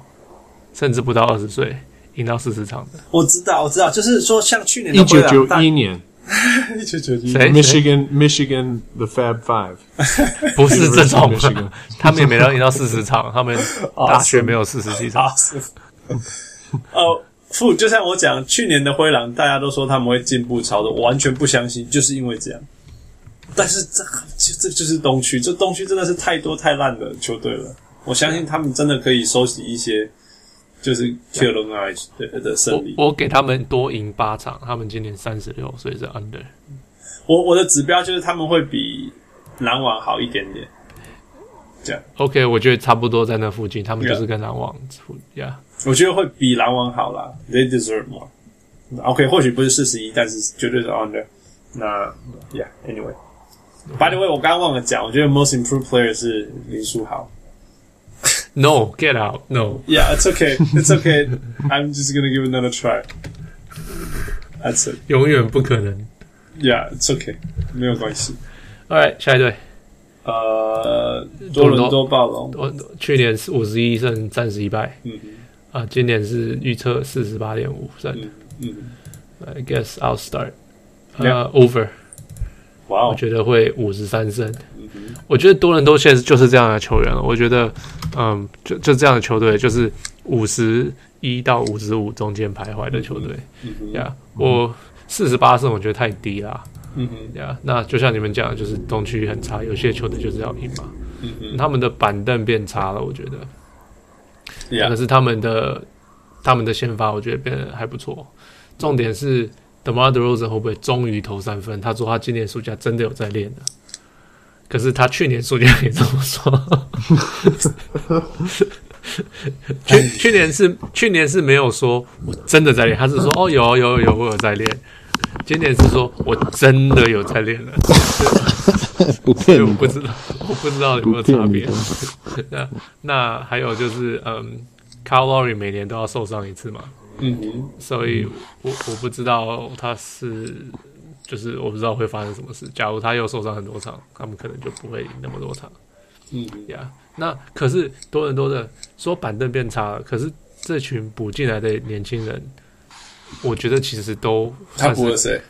[SPEAKER 2] 甚至不到二十岁，赢到四十场 的？
[SPEAKER 1] 我知道，我知道，就是说像去年
[SPEAKER 3] 一
[SPEAKER 1] 的灰
[SPEAKER 3] 九
[SPEAKER 1] 狼
[SPEAKER 3] 九
[SPEAKER 1] 大
[SPEAKER 3] 一年
[SPEAKER 1] 一九九一，
[SPEAKER 2] 谁谁
[SPEAKER 3] ，Michigan Michigan the Fab Five，
[SPEAKER 2] 不是这种
[SPEAKER 3] Michigan？
[SPEAKER 2] 他们也没哦到赢到四十场， 他们大学没有四十几场。
[SPEAKER 1] 打死。 哦，不，就像我讲，去年的灰狼，大家都说他们会进步超的，我完全不相信，就是因为这样。但是这就这就是东区，这东区真的是太多太烂的球队了。我相信他们真的可以收集一些，就是 Q L I 的的胜利。
[SPEAKER 2] 我我给他们多赢八场，他们今年三十六，所以是 under。
[SPEAKER 1] 我我的指标就是他们会比篮网好一点点。
[SPEAKER 2] OK，我觉得差不多在那附近，他们
[SPEAKER 1] Yeah
[SPEAKER 2] 就是跟篮网出呀。
[SPEAKER 1] 我觉得会比篮网好啦，They deserve more。OK，或许不是四十一，但是绝对是 under。那 Yeah，anyway。By the way，我刚刚忘了讲，我觉得 Most Improved Player 是林书豪。
[SPEAKER 2] No，get out，no。
[SPEAKER 1] Yeah，it's okay, it's okay. I'm just gonna give it another try. That's it.
[SPEAKER 2] 永远不可能。
[SPEAKER 1] Yeah, it's okay. 没有关系。
[SPEAKER 2] Alright，下一队，
[SPEAKER 1] 呃，多伦多暴龙，
[SPEAKER 2] 我去年是五十一胜三十一败，
[SPEAKER 1] 嗯哼
[SPEAKER 2] 啊，今年是预测四十八点五胜。
[SPEAKER 1] 嗯嗯，
[SPEAKER 2] I guess I'll start，呃
[SPEAKER 1] Yeah
[SPEAKER 2] ，over，
[SPEAKER 1] 哇
[SPEAKER 2] 我
[SPEAKER 1] 哦，
[SPEAKER 2] 觉得会五十三胜。我觉得多伦多现在就是这样的球员了。我觉得，嗯，就就这样的球队，就是五十一到五十五中间徘徊的球队。
[SPEAKER 1] 嗯哼，
[SPEAKER 2] 呀、我四十八胜，我觉得太低啦。
[SPEAKER 1] 嗯哼，
[SPEAKER 2] 呀、那就像你们讲的，就是东区很差，有些球队就是要赢嘛。
[SPEAKER 1] 嗯哼
[SPEAKER 2] 他们的板凳变差了，我觉得。可
[SPEAKER 1] ，Yeah，
[SPEAKER 2] 是他们的他们的先发，我觉得变得还不错。重点是 d e m a r d e r o s e n 会不会终于投三分？他说他今年暑假真的有在练的，可是他去年暑假也这么说。去去年是去年是没有说我真的在练，他是说哦有有有我有在练。今年是说我真的有在练了，
[SPEAKER 3] 不
[SPEAKER 2] 所以
[SPEAKER 3] 骗
[SPEAKER 2] 我
[SPEAKER 3] 你
[SPEAKER 2] 不
[SPEAKER 3] 的，
[SPEAKER 2] 知道我不知道有没有
[SPEAKER 3] 不骗
[SPEAKER 2] 差
[SPEAKER 3] 你
[SPEAKER 2] 别
[SPEAKER 3] 的。。
[SPEAKER 2] 那那还有就是，嗯 c a r l o r y 每年都要受伤一次嘛，
[SPEAKER 1] 嗯哼，
[SPEAKER 2] 所以我我不知道他是，就是我不知道会发生什么事。假如他又受伤很多场，他们可能就不会赢那么多场
[SPEAKER 1] 嗯哼，
[SPEAKER 2] 呀。那可是多伦多的说板凳变差了，可是这群补进来的年轻人，我觉得其实都
[SPEAKER 1] 他
[SPEAKER 2] 算
[SPEAKER 1] 补了
[SPEAKER 2] 是
[SPEAKER 1] 谁？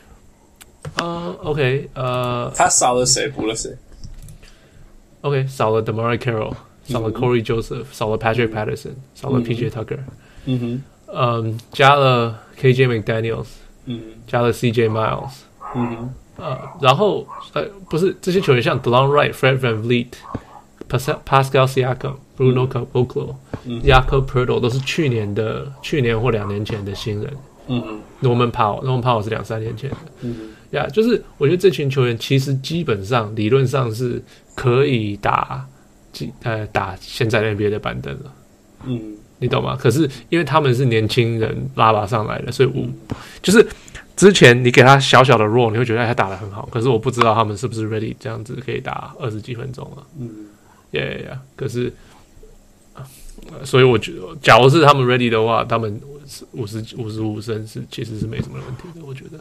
[SPEAKER 2] 啊、o k 呃
[SPEAKER 1] 他少了谁？补了谁？
[SPEAKER 2] ，OK，少了 Demary Carroll，少了
[SPEAKER 1] 嗯
[SPEAKER 2] Corey Joseph，少了 Patrick Patterson，少了 PJ Tucker。Um,
[SPEAKER 1] 嗯哼，
[SPEAKER 2] 嗯，加了 KJ McDaniel's，
[SPEAKER 1] 嗯
[SPEAKER 2] 加了 CJ Miles，
[SPEAKER 1] 哼，嗯哼。
[SPEAKER 2] 呃，然后呃，不是这些球员像 DeLon Wright、Fred VanVleet、Pas- Pascal Siakam、Bruno Caboclo、Jakob Pertl 都是去年的、去年或两年前的新人。
[SPEAKER 1] 嗯
[SPEAKER 2] Norman Powell，Norman Powell 是两三年前的。
[SPEAKER 1] 嗯
[SPEAKER 2] 呀就是我觉得这群球员其实基本上理论上是可以打进呃打现在的 NBA 的板凳了。
[SPEAKER 1] 嗯
[SPEAKER 2] 你懂吗？可是因为他们是年轻人拉拔上来的，所以我就是之前你给他小小的 role，你会觉得哎他打得很好，可是我不知道他们是不是 ready 这样子可以打二十几分钟了。
[SPEAKER 1] 嗯
[SPEAKER 2] 呀呀呀！可是，呃所以我觉得，假如是他们 ready 的话，他们五十五十五胜是其实是没什么问题的，我觉得。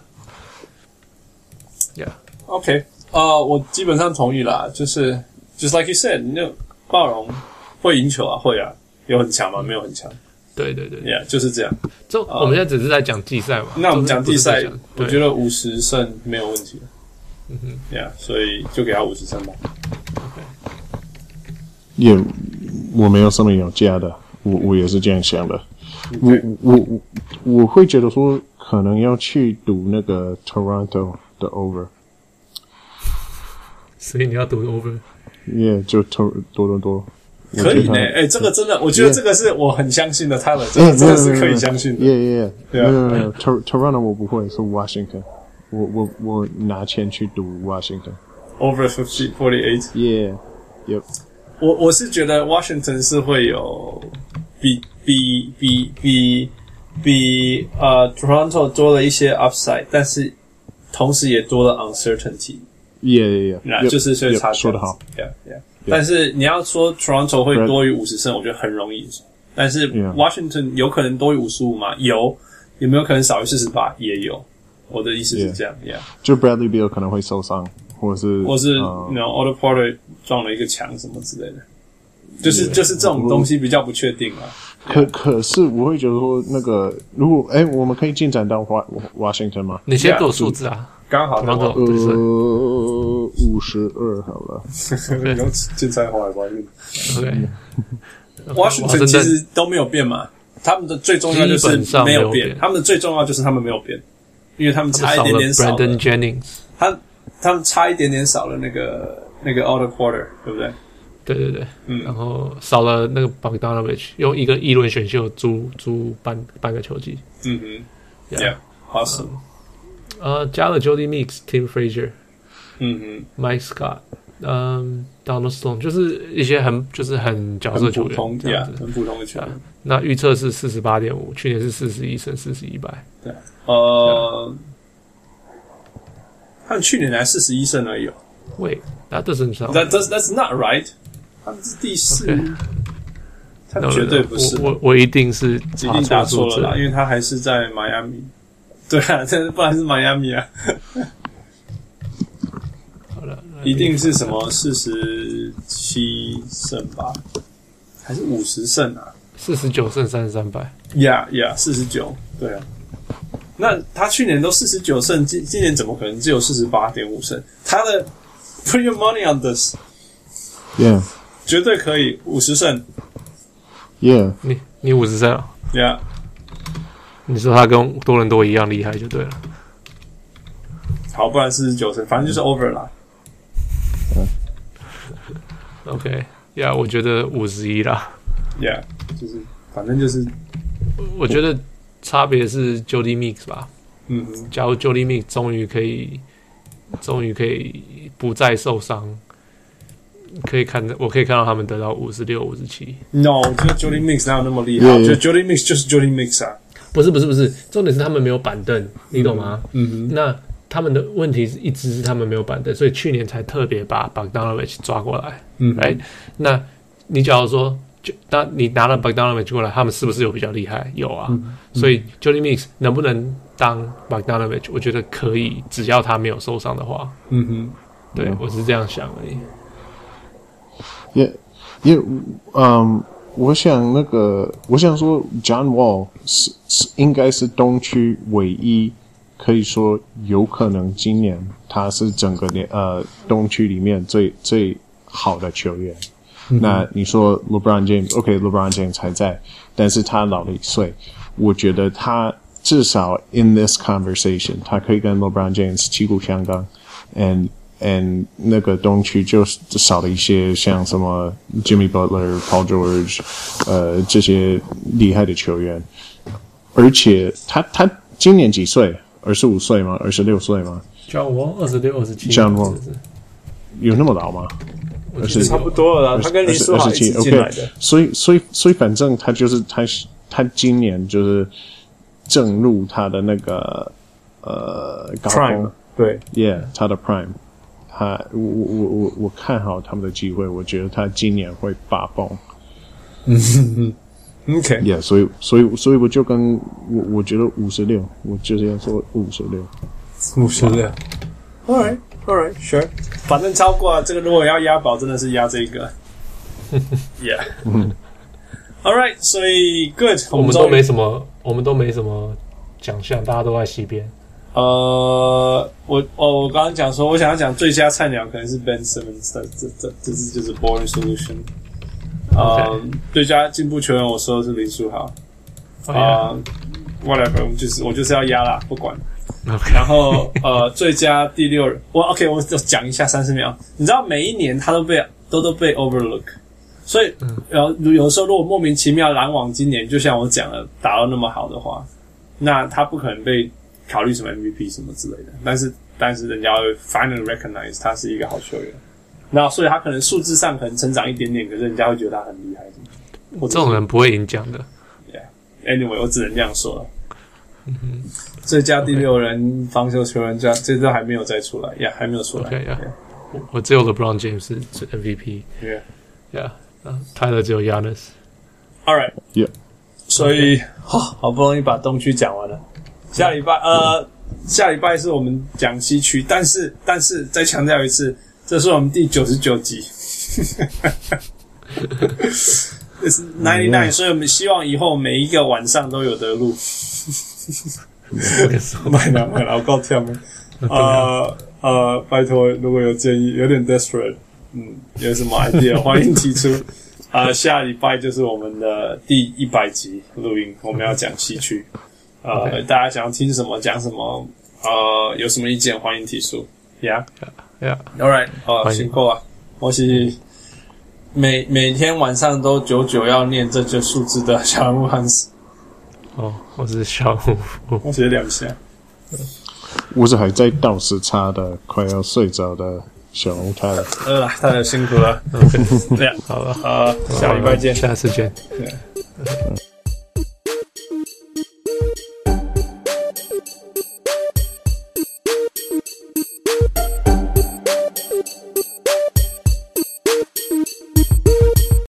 [SPEAKER 2] Yeah，
[SPEAKER 1] ，OK，呃，我基本上同意啦，就是，just like you said，那暴龙会赢球啊，会啊，有很强吗？没有很强
[SPEAKER 2] 对对对，
[SPEAKER 1] ，Yeah，就是这样。
[SPEAKER 2] 这我们现在嗯只是在讲季赛嘛。
[SPEAKER 1] 那我们讲
[SPEAKER 2] 这
[SPEAKER 1] 季
[SPEAKER 2] 是不是在
[SPEAKER 1] 赛
[SPEAKER 2] 讲，
[SPEAKER 1] 我
[SPEAKER 2] 对
[SPEAKER 1] 觉得五十胜没有问题
[SPEAKER 2] 嗯哼
[SPEAKER 1] ，Yeah，所以就给他五十胜吧。
[SPEAKER 3] 也我没有什么有加的，我我也是这样想的。我我我我会觉得说，可能要去赌那个 Toronto 的 over，
[SPEAKER 2] 所以你要赌 over。
[SPEAKER 3] 也、yeah, 就 Tor 多伦多。
[SPEAKER 2] 嗯
[SPEAKER 3] 我
[SPEAKER 1] 可以
[SPEAKER 3] 觉得
[SPEAKER 1] 呢，
[SPEAKER 3] 他
[SPEAKER 1] 哎，这个真的，我觉得
[SPEAKER 3] Yeah
[SPEAKER 1] 这个是我很相信的，泰勒， 这
[SPEAKER 2] 嗯
[SPEAKER 1] 个真的是可以相信的。
[SPEAKER 3] 耶耶，
[SPEAKER 1] 对啊
[SPEAKER 3] 没有没有，Tor Toronto 我不会，是 Washington，我我我拿钱去赌 Washington。
[SPEAKER 1] Over fifty forty eight，
[SPEAKER 3] 耶，有
[SPEAKER 1] 我我是觉得 Washington 是会有比比比比比呃 Toronto 多了一些 upside，但是同时也多了 uncertainty，
[SPEAKER 3] 耶耶
[SPEAKER 1] 那
[SPEAKER 3] 耶，
[SPEAKER 1] 就是所以
[SPEAKER 3] Yep，
[SPEAKER 1] 差
[SPEAKER 3] yep，说得好。
[SPEAKER 1] 对对。但是你要说 Toronto 会多于五十胜，我觉得很容易。但是
[SPEAKER 3] Yeah
[SPEAKER 1] Washington 有可能多于五十五吗？有，有没有可能少于四十八？也有。我的意思是
[SPEAKER 3] Yeah
[SPEAKER 1] 这样，Yeah。
[SPEAKER 3] 就 Bradley Beal 可能会受伤，或者是
[SPEAKER 1] 或是
[SPEAKER 3] 呃
[SPEAKER 1] 然后 Auto Porter 撞了一个墙什么之类的，就是
[SPEAKER 2] 对
[SPEAKER 1] 就是这种东西比较不确定啊。
[SPEAKER 3] 可可是我会觉得说那个如果哎、我们可以进展到华 Washington 吗？
[SPEAKER 2] 你先给我数字啊，
[SPEAKER 1] 刚好
[SPEAKER 2] 然
[SPEAKER 1] 的，
[SPEAKER 2] 后
[SPEAKER 3] 呃
[SPEAKER 2] 不是，
[SPEAKER 3] 五十二好了，
[SPEAKER 1] 你用金彩华来玩。嗯
[SPEAKER 2] 对，
[SPEAKER 1] Washington 其实都没有变嘛，他们的最重要就
[SPEAKER 2] 基本
[SPEAKER 1] 是
[SPEAKER 2] 上
[SPEAKER 1] 没
[SPEAKER 2] 没
[SPEAKER 1] 有
[SPEAKER 2] 有
[SPEAKER 1] 变，
[SPEAKER 2] 变
[SPEAKER 1] 他们的最重要就是他们没有变，因为他们差
[SPEAKER 2] 他
[SPEAKER 1] 一点
[SPEAKER 2] 们
[SPEAKER 1] 点
[SPEAKER 2] 少
[SPEAKER 1] 少
[SPEAKER 2] 了 Brandon
[SPEAKER 1] 了，
[SPEAKER 2] Jennings，
[SPEAKER 1] 他他们差一点点少了那个那个 Outer Quarter，对不对？
[SPEAKER 2] 对对对，
[SPEAKER 1] 嗯
[SPEAKER 2] 然后少了那个 Bogdanovich，用一个一轮选秀租租半半个球季，
[SPEAKER 1] 嗯哼
[SPEAKER 2] Yeah
[SPEAKER 1] ，Yeah，awesome，
[SPEAKER 2] 呃，加了 Jody Mix、Tim Frazier、
[SPEAKER 1] 嗯
[SPEAKER 2] Mike Scott，嗯，Donald Stone，就是一些很就是很角
[SPEAKER 1] 哼，
[SPEAKER 2] 色
[SPEAKER 1] 很普
[SPEAKER 2] 球
[SPEAKER 1] 通
[SPEAKER 2] 员这样
[SPEAKER 1] ，Yeah，
[SPEAKER 2] 子。
[SPEAKER 1] 很普通的球员。
[SPEAKER 2] 那预测是四十八点五，去年是四十一胜四十一败，
[SPEAKER 1] 呃，他们去年才四十一胜而已哦
[SPEAKER 2] 喂，那这正常。
[SPEAKER 1] ，That that's that's not right，他们是第四
[SPEAKER 2] OK，
[SPEAKER 1] 他们绝对不是。
[SPEAKER 2] 我我我一定是
[SPEAKER 1] 一
[SPEAKER 2] 查
[SPEAKER 1] 定打错了
[SPEAKER 2] 数字
[SPEAKER 1] 啦，因为他还是在迈阿密。 对啊，这不然是迈阿密啊，
[SPEAKER 2] 好了，那
[SPEAKER 1] 一定是什么四十七胜吧，还是五十胜啊
[SPEAKER 2] 四十九胜三十三败，
[SPEAKER 1] ？Yeah Yeah，四十九，对啊。那他去年都四十九胜，今今年怎么可能只有四十八点五胜？他的 Put your money on this，
[SPEAKER 3] ，Yeah
[SPEAKER 1] 绝对可以五十胜。
[SPEAKER 3] Yeah，
[SPEAKER 2] 你你五十胜了，
[SPEAKER 1] Yeah，
[SPEAKER 2] 你说他跟多伦多一样厉害就对了。
[SPEAKER 1] 好，不然四十九胜，反正就是 over 啦。
[SPEAKER 2] OK，呀、我觉得五十一啦。
[SPEAKER 1] Yeah，就是反正就是，
[SPEAKER 2] 我觉得差别是 Jody Mix 吧。
[SPEAKER 1] 嗯哼，
[SPEAKER 2] 假如 Jody Mix 终于可以，终于可以不再受伤，可以看，我可以看到他们得到五十六、五十七。
[SPEAKER 1] No，我觉得 Jody Mix 哪有那么厉害？
[SPEAKER 3] Yeah,
[SPEAKER 1] 我觉得 Jody Mix 就是 Jody Mix 啊。
[SPEAKER 2] 不是不是不是，重点是他们没有板凳，你懂吗？
[SPEAKER 1] 嗯
[SPEAKER 2] 那他们的问题是一直是他们没有板凳，所以去年才特别把 Bogdanovich 抓过来。
[SPEAKER 1] 嗯
[SPEAKER 2] 哎、那你假如说，就当你拿了 Bogdanovich 过来，他们是不是有比较厉害？有啊，
[SPEAKER 1] 嗯
[SPEAKER 2] 所以 Jody Mix 能不能当 Bogdanovich，我觉得可以，只要他没有受伤的话。
[SPEAKER 1] 嗯哼，
[SPEAKER 2] 对，我是这样想而已。
[SPEAKER 3] 也也嗯，我想那个，我想说，John Wall 是是应该是东区唯一可以说有可能今年他是整个联呃东区里面最最好的球员。那你说 LeBron James，OK，LeBron、James 还在，但是他老了一岁，我觉得他至少 in this conversation，他可以跟 LeBron James 旗鼓相当，and and 那个东区就少了一些像什么 Jimmy Butler、Paul George，呃，这些厉害的球员，而且他他今年几岁？二十五岁吗？二十六岁吗？
[SPEAKER 2] John Wall 二十六、二十七
[SPEAKER 3] John Wall 有那么老吗？
[SPEAKER 2] 我觉得
[SPEAKER 1] 差不多啊了啦，他跟林书豪一起进来
[SPEAKER 3] ，OK
[SPEAKER 1] 的。。
[SPEAKER 3] 所以，所以，所以，反正他就是他，他今年就是正入他的那个呃高峰
[SPEAKER 1] 对，
[SPEAKER 3] ，Yeah，他的 Prime。他，我我我我我看好他们的机会，我觉得他今年会爆崩。
[SPEAKER 1] OK，
[SPEAKER 3] Yeah，所以，所以，所以我就跟我我觉得五十六，我就是要说五十六。
[SPEAKER 1] 五十的。All right, all right, sure。反正超过啊这个，如果要押宝，真的是押这 个。yeah。All right，所以 good，
[SPEAKER 2] 我们都
[SPEAKER 1] 终于
[SPEAKER 2] 没什么，我们都没什么奖项，大家都在西边。
[SPEAKER 1] 呃，我哦，我刚刚讲说，我想要讲最佳菜鸟可能是 Ben Simmons，这这这这是就是 Boring Solution。呃
[SPEAKER 2] OK
[SPEAKER 1] 最佳进步球员我说的是林书豪
[SPEAKER 2] 哎呀
[SPEAKER 1] 啊、w h a t e v e r 我就是我就是要压啦，不管。
[SPEAKER 2] OK
[SPEAKER 1] 然后呃，最佳第六人，我 OK，我就讲一下三十秒。你知道每一年他都被都都被 overlook，所以然后有时候如果莫名其妙篮网今年就像我讲的打到那么好的话，那他不可能被考虑什么 MVP 什么之类的。但是但是人家会 finally recognize 他是一个好球员，那所以他可能数字上可能成长一点点，可是人家会觉得他很厉害。或
[SPEAKER 2] 这
[SPEAKER 1] 者是
[SPEAKER 2] 种人不会赢奖的。
[SPEAKER 1] Anyway，我只能这样说了。嗯最佳第六人防守球员这这都还没有再出来呀，还没有出来。
[SPEAKER 2] OK 呀、我我只有 LeBron James 是 MVP。
[SPEAKER 1] Yeah.
[SPEAKER 2] Yeah，啊，Tyler 只有 Yanis。
[SPEAKER 1] All right.
[SPEAKER 3] Yeah.
[SPEAKER 1] 所以、哦好不容易把东区讲完了，下礼拜呃，下礼拜是我们讲西区，但是但是再强调一次，这是我们第九十九集。It's ninety nine，所以我们希望以后每一个晚上都有得录。 买了买了，我告跳 门。啊呃呃，拜托，如果有建议，有点 desperate，嗯，有什么 idea，欢 迎提出。啊、下礼拜就是我们的第一百集录音，我们要讲戏 剧。呃
[SPEAKER 2] OK
[SPEAKER 1] 大家想要听什么，讲什么，呃，有什么意见，欢迎提出。Yeah。
[SPEAKER 2] Yeah，
[SPEAKER 1] All right，哦，
[SPEAKER 2] 欢迎
[SPEAKER 1] 辛苦啊！我是每每天晚上都久久要念这些数字的小人物汉斯，
[SPEAKER 2] 哦，我是小虎，
[SPEAKER 1] 我写两下。
[SPEAKER 3] 我是还在倒时差的，快要睡着的小红太太。
[SPEAKER 1] 饿了，大 家辛苦了。对呀，
[SPEAKER 2] 好了，
[SPEAKER 1] 呃，下礼拜见。
[SPEAKER 2] 下次见。